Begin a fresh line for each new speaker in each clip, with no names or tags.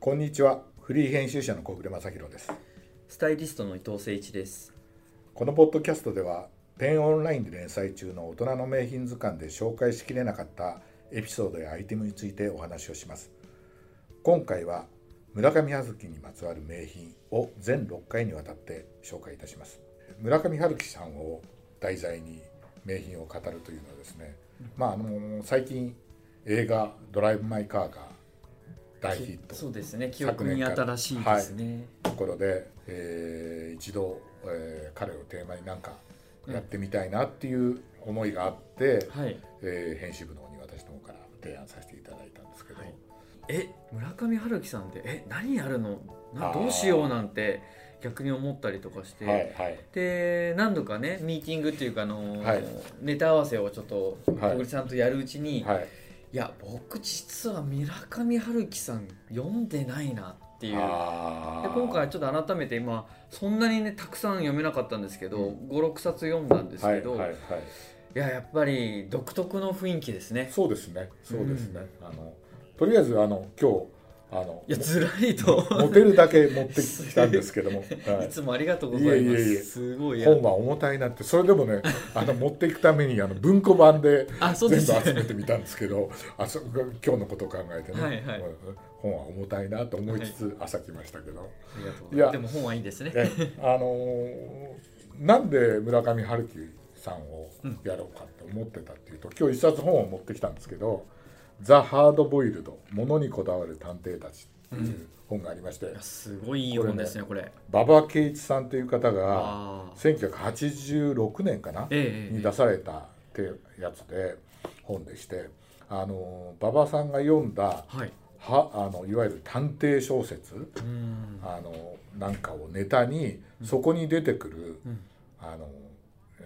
こんにちは。フリー編集者の小暮正弘です。
スタイリストの伊藤誠一です。
このポッドキャストでは、ペンオンラインで連載中の大人の名品図鑑で紹介しきれなかったエピソードやアイテムについてお話をします。今回は村上春樹にまつわる名品を全6回にわたって紹介いたします。村上春樹さんを題材に名品を語るというのはですね、まああの最近映画ドライブマイカーが大ヒット。
そうですね。記
昨
憶
年
に
から
新しいですね。
ところで、えー一度、えー彼をテーマになんかやってみたいなっていう思いがあって、
はい。
えー編集部の方に私どもから提案させていただいたんですけど、
はいえ、村上春樹さんでえ何やるの？
あ
な
ー
どうしようなんて逆に思ったりとかして。
はいはい
で何度かねミーティングっていうかあのー、
はい
ネタ合わせをちょっと
はい
小栗さんとやるうちに、
はい
いや僕実は村上春樹さん読んでないなっていう
あ
で
ー
今回ちょっと改めて今そんなにねたくさん読めなかったんですけど、56冊読んだんですけど、、
はいはいいはい
ややっぱり独特の雰囲気ですね
そうですねそうですね、あのとりあえずあの今日あの
いやずらりと
持てるだけ持ってきたんですけども、はい
つもありがとうございます
いえいえいえ
すご
い
い
本は重たいなってそれでもねあの持っていくためにあの文庫版で
あそうで
全
すね
部集めてみたんですけどあそ今日のことを考えてね、
はいはい
本は重たいなと思いつつ朝来ましたけど、
ありがとうござ
い
いま
や
すでも本はいいですね
ねあのーなんで村上春樹さんをやろうかって思ってたっていうと、今日一冊本を持ってきたんですけど「ザ・ハードボイルドものにこだわる探偵たち」っていう本がありまして、
いやすごいいい本ですねこれ
馬場圭一さんという方が
ああ
1986年かな、
えええ
に
え
出されたってやつで本でしてあの馬場さんが読んだ
はい
はあのいわゆる探偵小説
うん
あのなんかをネタにそこに出てくる、
うん
あの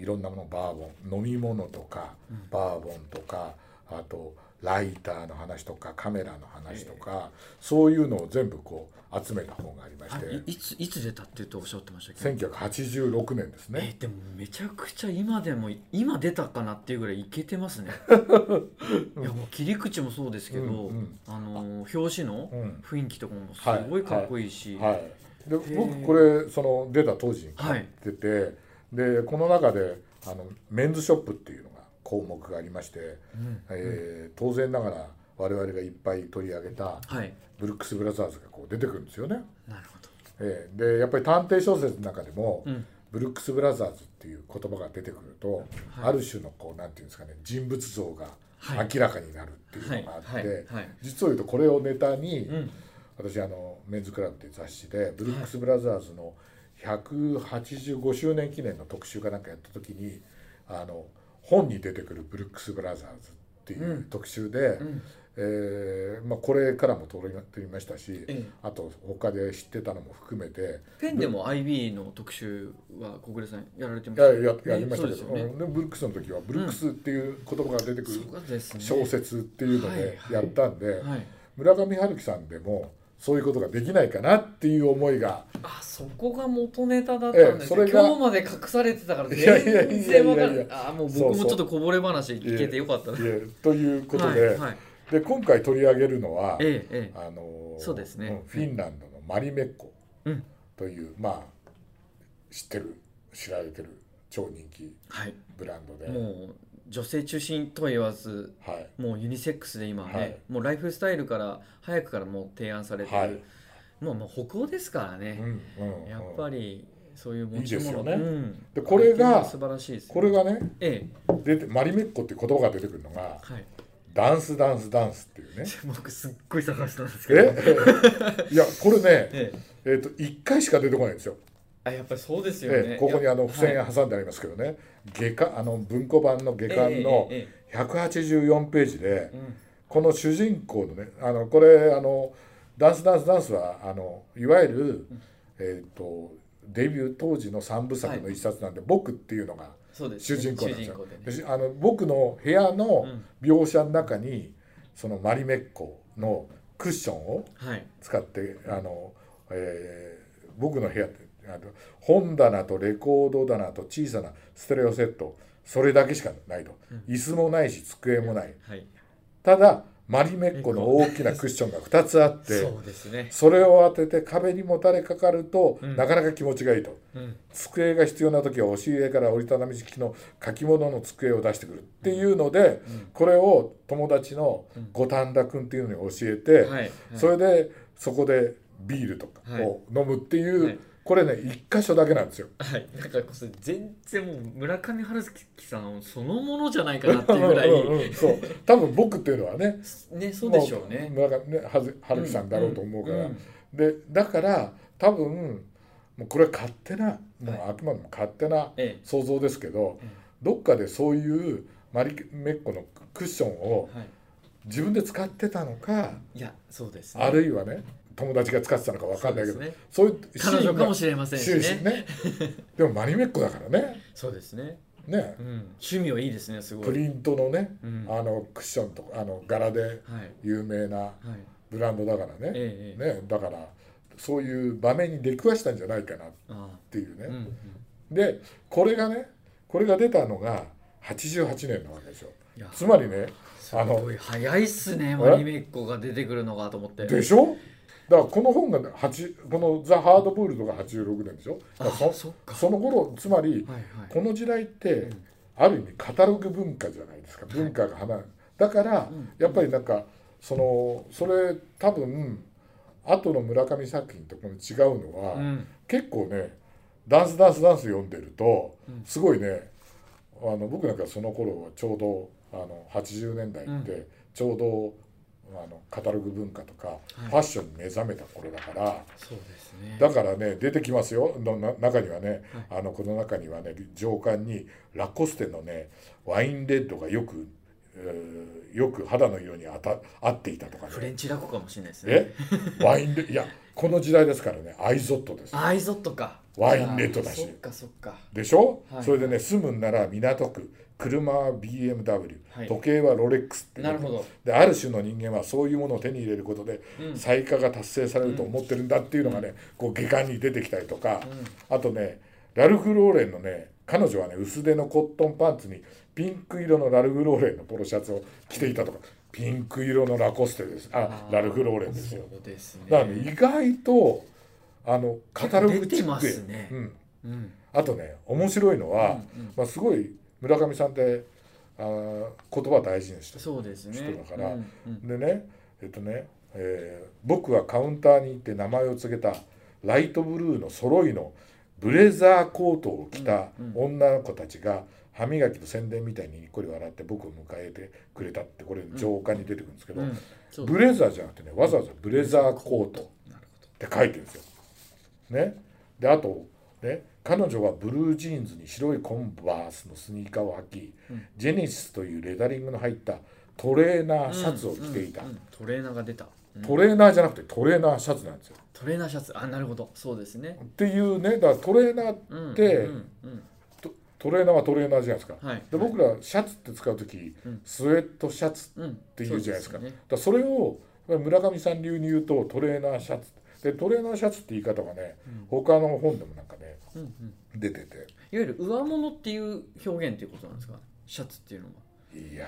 いろんなものバーボン飲み物とか、バーボンとかあとライターの話とかカメラの話とか、そういうのを全部こう集めた本がありまし
あ
て、
いいついつ出たって言っておっしゃってましたっけど
1986年ですね。
えでもめちゃくちゃ今でも今出たかなっていうぐらいいけてま すねいやもう切り口もそうですけど、
うんうん
あのー表紙の
うん
雰囲気とかもす
はい
ごいかっこいいし、
はい、で
ー
僕これその出た当時に買ってて、でこの中であのメンズショップっていうのが項目がありまして、
うん
えー当然ながら我々がいっぱい取り上げた
はい
ブルックス・ブラザーズがこう出てくるんですよね。
なるほど
えーでやっぱり探偵小説の中でも、
うん
ブルックス・ブラザーズっていう言葉が出てくると、
はい
ある種のこうなんていうんですかね人物像が
はい
明らかになるっていうのがあって、
はいはいはい
実を言うとこれをネタに、
うん
私あのメンズクラブっていう雑誌でブルックス・ブラザーズの185周年記念の特集かなんかやった時にあの本に出てくるブルックス・ブラザーズっていうう特集で、
ん
えーまあ、これからも取り上げましたし、
ええ
あと他で知ってたのも含めて
ペンでも IB の特集は小暮さんやられてま
い
した
やややりましたけ
そ
ど、
うですよ
うんでブルックスの時はブルックスっていう言葉が出てくる
ねそうですね
小説っていうのでやったんで、
はい
村上春樹さんでもそういうことができないかなっていう思いが
あそこが元ネタだったん
ええ
です
そ
よ
れが
今日まで隠されてたから
いやいやいやいや
全然わか
いや
る
い
あーもう
そう
僕
そう
もちょっとこぼれ話聞けてよかった
い
な
えということで,、
はいはい、
で今回取り上げるのは、
ええええ
あのー
そうですね
んフィンランドのマリメッコ
うん
という、まあ知ってる知られてる超人気
はい
ブランドで、
もう女性中心とは言わず
はい
もうユニセックスで今ね、
はい
もうライフスタイルから早くからもう提案されてる、
はい
もうもう北欧ですから
う
ね、
んうんうん
やっぱりそういう持
いいで
ち
す
物
よね
うん、
でこれが
経験素晴らしいです、ね、
これがね
え
出てマリメッコっていう言葉が出てくるのが
えはい
ダンスダンスダンスっていうね
僕すっごい探したんですけどえ
え いやこれね
え
えっ、と1回しか出てこないんですよ
あやっぱりそうですよね、
ええここにあの付箋
や
挟んでありますけどね、下巻あの文庫版の下巻の
えええ
184ページで、
えええうん
この主人公のねあのこれあのダンスダンスダンスはあのいわゆる、えー、とデビュー当時の3部作の一冊なんで「僕」っていうのが
そうです
主
ね、
人公なんです
主
よ
人。公
で
でね
しあの僕の部屋の
うん
描写の中にそのマリメッコのクッションを
はい
使ってあの、えー僕の部屋ってあの本棚とレコード棚と小さなステレオセットそれだけしかないと、椅子もないし机もない
はい
ただマリメッコの大きなクッションが2つあって
そうですね、
それを当てて壁にもたれかかると、
うん
なかなか気持ちがいいと
うん、
机が必要な時は押し入れから折りたたみ式の書き物の机を出してくるっていうので、
うん
これを友達の
うん
五反田君っていうのに教えて、
はい、はい、
それでそこでビールとかを飲むっていう、
はい
これね一箇所だけなんですよ。
はい、なんかこうそれ全然もう村上春樹さんそのものじゃないかなっていうぐらい、
うんうんうんそう多分僕っていうのはね
ね、そうでしょうね。
もう村上ねはず春樹さんだろうと思うから、
ん
でだから多分もうこれは勝手なもうあくまでも勝手な
え
想像ですけど、
え
どっかでそういうマリメッコのクッションを
えはい、
自分で使ってたのか、
いや、そうです、
あるいはね友達が使ってたのか分かんないけど
そ
そ
う
う,、
ですね、
いうシ
彼
ー
女
ン
か
が
もしれませんし
シーン
ね。
ねでもマリメッコだからね
そうですね、
ね
うん。趣味はいいですね、すごい。
プリントのね
うん、はい、
あのクッションとかあの柄で
はい、
有名なブランドだからね,、
ええ、ええ
ねだからそういう場面に出くわしたんじゃないかなっ
あ
ていうね、
あ、うん、うん。
でこれがねこれが出たのが88年なわけですよ
いや、
つまりね
すごい早いっすね、マリメッコが出てくるのがと思って。
でしょだからこの本がね8この「ザ・ハードボールド」が86年でしょだ
あ、
からそ
そっか。
その頃つまり
はい、はい。
この時代って
うん
ある意味カタログ文化じゃないですか文化が離れだから
うん
やっぱりなんかそのそれ多分後の村上作品とこの違うのは、
うん、
結構ね「ダンスダンスダンス」読んでると
うん
すごいねあの僕なんかその頃はちょうどあの80年代っ
う
てちょうどあのカタログ文化とか
い
ファッションに目覚めた頃だから
そうですね。
だからね出てきますよのな中にはねあのこの中にはね上官にラコステのねワインレッドがよくえーよく肌の色にあた合っていたとか
フレ
ね
ンチラコかもしれないですね。
えワインレいやこの時代ですからねアイゾットですよ
アイゾットか。
ワインレッドだし
そっか、そっか。
でしょ、
はい
それでね住むんなら港区車は BMW、
はい
時計はロレックスっていう
なるほど。
である種の人間はそういうものを手に入れることで
うん。
最下が達成されると思ってるんだっていうのがね、こう下巻に出てきたりとか、あとねラルフ・ローレンのね彼女はね薄手のコットンパンツにピンク色のラルフ・ローレンのポロシャツを着ていたとかピンク色のラコステですあ
あー
ラルフ・ローレンですよ。
そうですね。
だからね意外とあのカタログ
出
チ
て
ッ
ま
ク
すね
うん、
うん。
あとね面白いのは、
うん
まあ、すごい村上さんってあー言葉大事にしてる
そうですね。
人だから
うんうん
でねえっとね、えー僕はカウンターに行って名前を告げたライトブルーの揃いのブレザーコートを着た
うんう
女の子たちが歯磨きの宣伝みたいににっこり笑って僕を迎えてくれたってこれ浄化に出てくるんですけど、
うんそう
ブレザーじゃなくてねわざわざブレザーコート
なるほ
って書いてるんですよ。ね、であと、ね、彼女はブルージーンズに白いコンバースのスニーカーを履き、
うん
ジェネシスというレタリングの入ったトレーナー
ど
シャツを着ていた、
うんうんうんトレーナーが出た。うん
トレーナーじゃなくてトレーナーシャツなんですよ。
トレーナーシャツ。あ、なるほど。そうですね。
っていうねだからトレーナー
うん
で
うんうん
トトレーナーはトレーナーじゃないですか。
はい。
で僕らシャツって使う時、
うん
スウェットシャツ
うんって
言うじゃないですか
ね
だからそれをやっぱり村上さん流に言うとトレーナーシャツでトレーナーシャツって言い方がね、他の本でもなんかね
うんうん
出てて
いわゆる上物っていう表現っていうことなんですか。シャツっていうのは。
いや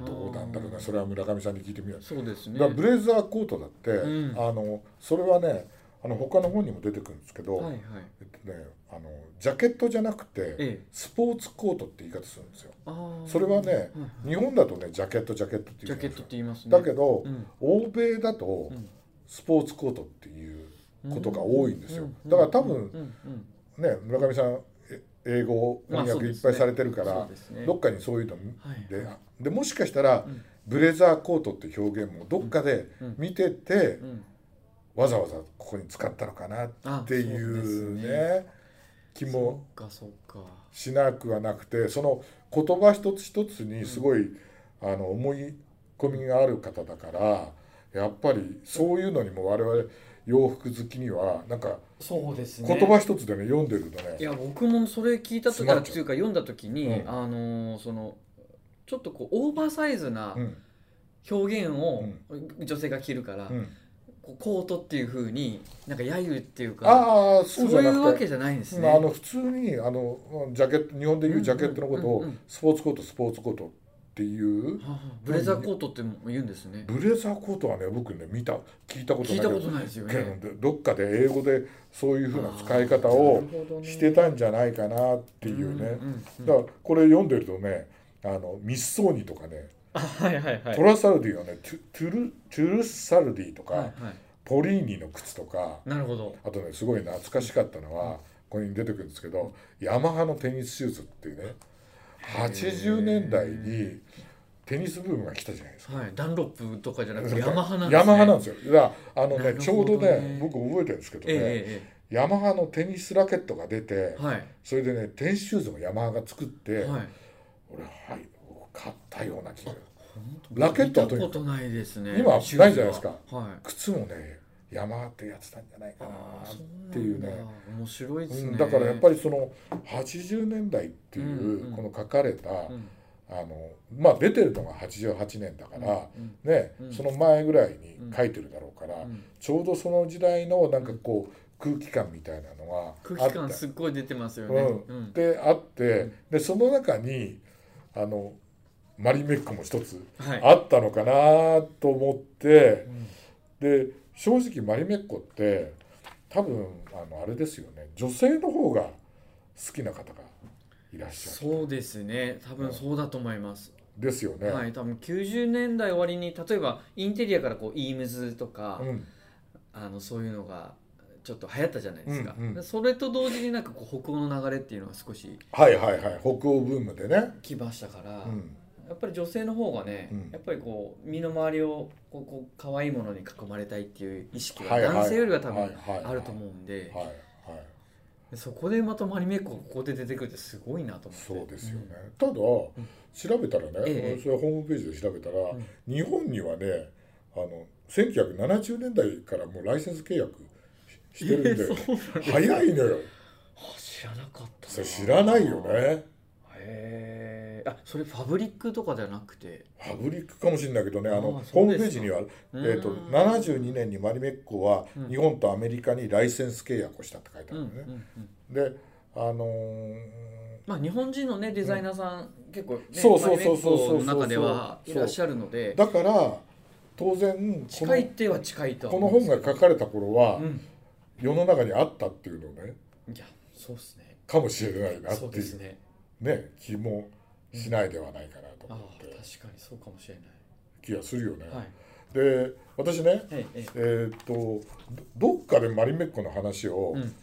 ーどうなんだろう
う
なんそれは村上さんに聞いてみよう、
そうですね。
だからブレザーコートだって、
うん
あのそれはねあの他の本にも出てくるんですけど、
はいはい。
えっとね、あのジャケットじゃなくて
ええ。
スポーツコートって言い方するんですよ
あー
それはね
いい
日本だとねジャケットジャケットって
ジ
言うじ
ャケ
ゃ
ッ
ないです
トって言います
か
ね。
だけど、
うん
欧米だと
うん
スポーツコートっていうことが多いんですよ
うう
だから多分
うんうん
ね村上さんえ英語
まあ
翻
そう
訳
で
いっ
すね
ぱいされてるから、
そうですね
どっかにそういうの
はい
ででもしかしたら、
うん
ブレザーコートって表現もどっかで
うん
見てて、
うん
わざわざここに使ったのかなっていう
あそうです
ね
ね
気も
そっかそっか
しなくはなくてその言葉一つ一つにすごい、あの思い込みがある方だからやっぱりそういうのにも我々洋服好きにはなんか
そうですね
言葉一つでね読んでるとね
いや僕もそれ聞いた
詰
時
ま
あ
っちゃう
っていうか読んだ時に、
うん
あのーそのちょっとこうオーバーサイズな
うん
表現を女性が着るから、
うん、
こうコートっていうふうになんか揶揄っていうか
ああそ
そう
うじゃ
い
な
うわ
く
け
て。
じゃないんです
まあ、あ
ね。
の普通にあのジャケット日本でいうジャケットのこと
うんうん
を
うんうん
スポーツコートスポーツコートっていう
はあはあブレザーコートっても言うんですね
ブレザーコートはね僕ね見た聞いたことな
聞
い
い
け
た
ど
ことないですよ
けど
ね
どっかで英語でそういうふうな使い方をしてたんじゃないかなっていうね、だからこれ読んでるとねあのミッソーニとかね、
あはいはいはい
トラサルディはねトゥトゥルトゥルサルディとか、
はいは
ポリーニの靴とか
いなるほど
あとねすごい懐かしかったのは、これに出てくるんですけどヤマハのテニスシューズっていうね80年代にテニスブームが来たじゃないですか。
はいダンロップとかじゃなくて
だか
ヤ
ら
マハなんです
ヤ
ね
マハなんですよ。だからあの
な
ね
る
ち
ほ
ょう
どね
どね僕覚えてるんですけど
え
ね、
え
ヤマハのテニスラケットが出て
ええええはい
それでねテニスシューズもヤマハが作って、
はい
俺はい買ったような気がラ
ラ
ケ
ケ
ッ
ッ
ト
ト
は
は
と
と
に
に
かく
かくないですね
今は
シューズ
ないじゃないですか
はい
靴もねヤマハってやつなんじゃないかな
あー
っていうね
そなんだ面白いで
う
す
ん、
ね
だからやっぱりその80年代ってい
うん
う
うん
この書かれた、
りうん
あのまあ出てるのが88年だから、
うん
ね
うん
その前ぐらいに書いてるだろうから、
うん
ちょうどその時代のなんかこう空気感みたいなのがあった
空気感すっごい出てますよね
う
うん
であってでその中にあのマリメックも一つ
はい
あったのかなと思って
うん
で正直マリメッコって多分あのあれですよね女性の方が好きな方がいらっしゃる
そうですね多分そうだと思います、
ですよね。
はい多分90年代終わりに例えばインテリアからこうイームズとか、
うん
あのそういうのがちょっと流行ったじゃないですか、
うんうん
でそれと同時になんかこう北欧の流れっていうのが少し
はいはいはい北欧ブームでね。
来ましたから、
うん
やっぱり女性の方がね、
うん
やっぱりこう身の回りをこうこう可愛いものに囲まれたいっていう意識
は
はい
はい
男性よりは多
はい
分
はいはい
あると思うんで
はいはい
でそこでまたマリメッコがここで出てくるってすごいなと思って
そうですよね、ただ調べたらね、
ええ
それホームページで調べたら、
ん
日本にはねあの1970年代からもうライセンス契約し
う
し
ん
てるんで、
えーそうなんですか
早いのよ
あ知らなかった
それ知らないよ
へ
ね
えあそれファブリックとかじゃなくて
パブリックかもしれないけどねあの
ああそ
ホー
う
ム
です
ページ
か
には、え
う
ー、と
ん
72年にマリメッコは
うん
日本とアメリカにライセンス契約をしたって書いてあ
うん
る
う
の
ん
ね、
うん
であのー
まあ日本人のねデザイナーさん、結構ね
そうそうそうそうそう
マリメッコの中ではいらっしゃるので
だから当然こ
近いっ
の
ては近いとは
この
思うんで
本
す
が書かれた頃は、
う
世の中にあったっていうのね
んいやそうですね
かもしれないなって
そう
い
です
う
ね
ね気もしないではないかなと
ああ
思っ
確
て
かにそうかもしれな
気がするよね。
いはい
で私ね
ええええ
えーっとどどっかでマリメッコの話を
うん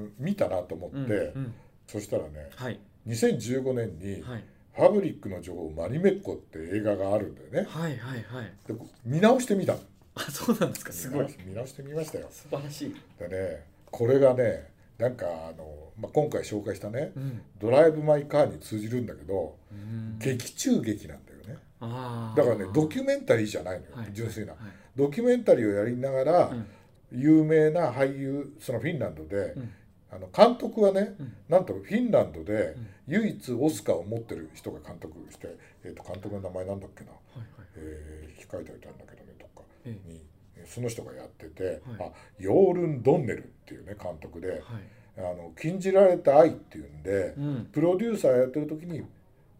うん見たなと思って、
うんうん
そしたらね
はい
2015年に
はい
「ファブリックの女王マリメッコ」って映画があるんだよね。
はいはいはい
で見直してみたの
あそうなんですかすごい
見直見直してみましたよ。
素晴らしい
でねこれがねなんかあの、まあ、今回紹介したね
うん
「ドライブ・マイ・カー」に通じるんだけど
うん
劇中劇なんだよね
ああ
だからねドキュメンタリーじゃないのよ、
はい
純粋な、
はい
ドキュメンタリーをやりながら、
うん
有名な俳優そのフィンランドで、
うん
あの監督はね、
うん
なんとフィンランドで
うん
唯一オスカーを持ってる人が監督して、えー、と監督の名前なんだっけな、
はいはい
えー、控えておいたんだけどねどっか
え
にえーその人がやってて、あヨールン・ドンネルっていうね監督
え
で
はい
「あの禁じられた愛」っていうんで、
うん
プロデューサーやってる時に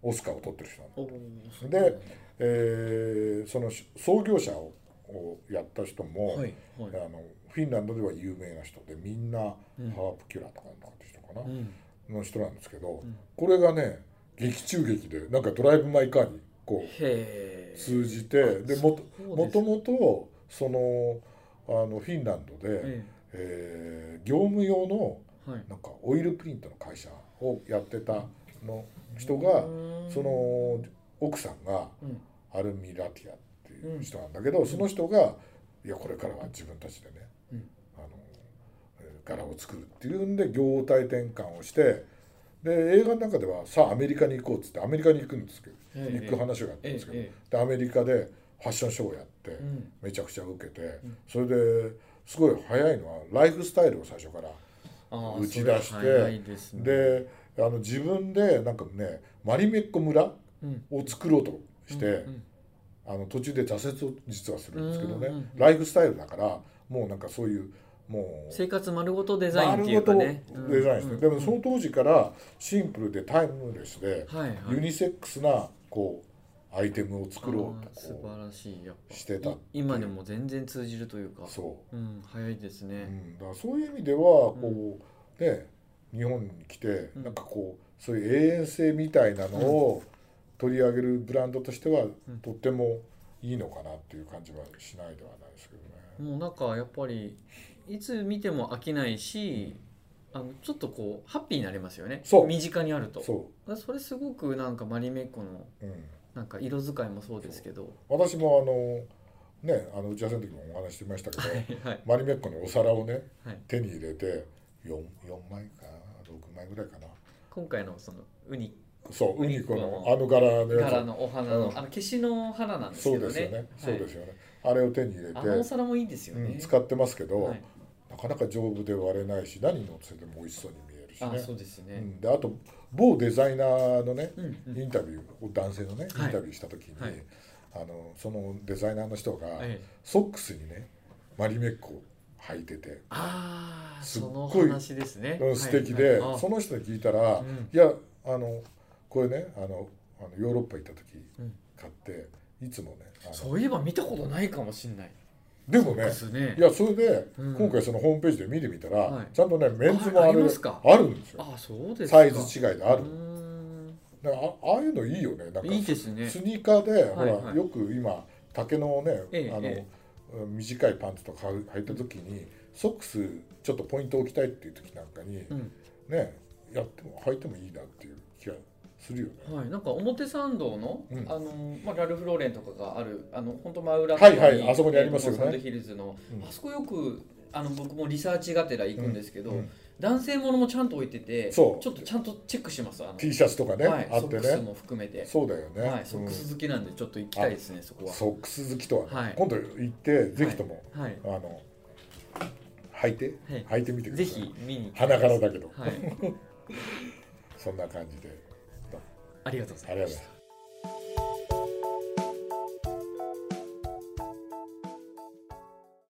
オスカーを取ってる人なの。
おーそうなんだ
で、えーそのし創業者ををやった人も、
はいはい
あのフィンランドでは有名な人でみんなハ
うん
ープキュラーとかなんかって人かな、
うん
の人なんですけど、
うん
これがね劇中劇でなんか「ドライブ・マイ・カー」にこ
へえ
う通じて、でもともともとそのあのフィンランドで、え
え
ー業務用の
えはい
なんかオイルプリントの会社をやってたの人が、
うん
その奥さんが。
うん
アルミ・ラティアっていう人なんだけど、その人がいやこれからは自分たちでね、
うん
あのえー柄を作るっていうんで業態転換をしてで映画の中ではさあアメリカに行こうっつってアメリカに行くんですけど、
ええ
行く話があったんですけど、
えええ
でアメリカでファッションショーをやって、
うん
めちゃくちゃ受けて、
ん
それですごい早いのはライフスタイルを最初から
ああ
打ち出して
それは早いですね
であの自分でなんかねマリメッコ村
うん
を作ろうとして。
うん
あの途中で挫折を実はするんですけどね、
うんうんうん
ライフスタイルだからもうなんかそういうもう
生活丸ごとデザイン
丸
っていう
ご
か
と
ね
デザインですね、でもそ
うん
の当時からシンプルでタイムレスで
はいはい
ユニセックスなこうアイテムを作ろうと
あー素
こ
晴らしいやっぱ
してたっていう
い今でも全然通じるという
う
か、
そう
ん、早いです
う、う
ね、
ん、だからそういう意味ではこう、ね日本に来て
うん
なんかこうそういう永遠性みたいなのを取り上げるブランドとしては
うん
とってもいいのかなっていう感じはしないではないですけどね。
もうなんかやっぱりいつ見ても飽きないしあのちょっとこうハッピーになれますよね
そう
身近にあると
そ
それすごくなんかマリメッコの
う、うん
なんか色使いもそうですけど
私もあのねあの打ち合わせの時もお話ししてましたけど
はい
マリメッコのお皿をね
はい
手に入れて 4, 四枚か6枚ぐらいかな
今回のそのウニ
そうウ
ウ
ニ
ニ
コ
コ
の
の
あの柄の
柄
や
のお花の、
うん
あの消しの花なんで
つ
す
そ
け
う
ど
です
ね
よねそうですすよねあれを手に入れて
あのお皿もいいんですよ
う
ね、
ん使ってますけど
はい、
なかなか丈夫で割れないし何のせても美味しそうに見えるし
あ
ね
そうです
う
ね、
んであと某デザイナーのね
うんうん
インタビューを男性のねイン
はい
タビューした時に
はい
あのそのデザイナーの人が
ええ
ソックスにねマリメッコ履いてて
ああ
すっ
そ
ご
の
い
話ですね、
うん
はい
素敵で、
はいあ
その人に聞いたら、
うん
いやあのこれねあのあのヨーロッパ行った時
うん
買っていつもねあの
そういえば見たことないかもしれない
でもね
ですね
いやそれで、
うん
今回そのホームページで見てみたら、
はい
ちゃんとねメンズも
あ
あ
あり
る
ますか
あるんですよ
あそうですか
サイズ違いである
うーん
だからあああいうのいいよねなんか
いいですね
スニーカーで、
はい
ほ
は
ら
い
よく今竹のね、
ええ
あの、
え
短いパンツとか履いた時にソックスちょっとポイント置きたいっていう時なんかに、
うん
ねやっても履いてもいいなっていう気がするよね。
はい、なんか表参道の、
うん
あのまあ、ラルフ・ローレンとかがあるあの本当真裏
はいはい
とかに
あそこにありますよね
えーサンドヒルズの、
うん
あそこよくあの僕もリサーチがてら行くんですけど、
うん
男性ものもちゃんと置いてて
そう
ちょっとちゃんとチェックしますあの
T シャツとかね、
はい、
あっ
ソッ
て
クス
ね
も含めて、
そうだよね、
はい、ソックス好きなんでちょっと行きたいですね、そ
う
こ
ん
は
ソックス好きとはね、
はい
今度行ってぜひとも、
はい
あの履いて、
はい
履いてみてくださ
ぜ
い
ひ見に行きたい
鼻からだけど、
はい、
そんな感じで
ありがとうございます
ありがとうございます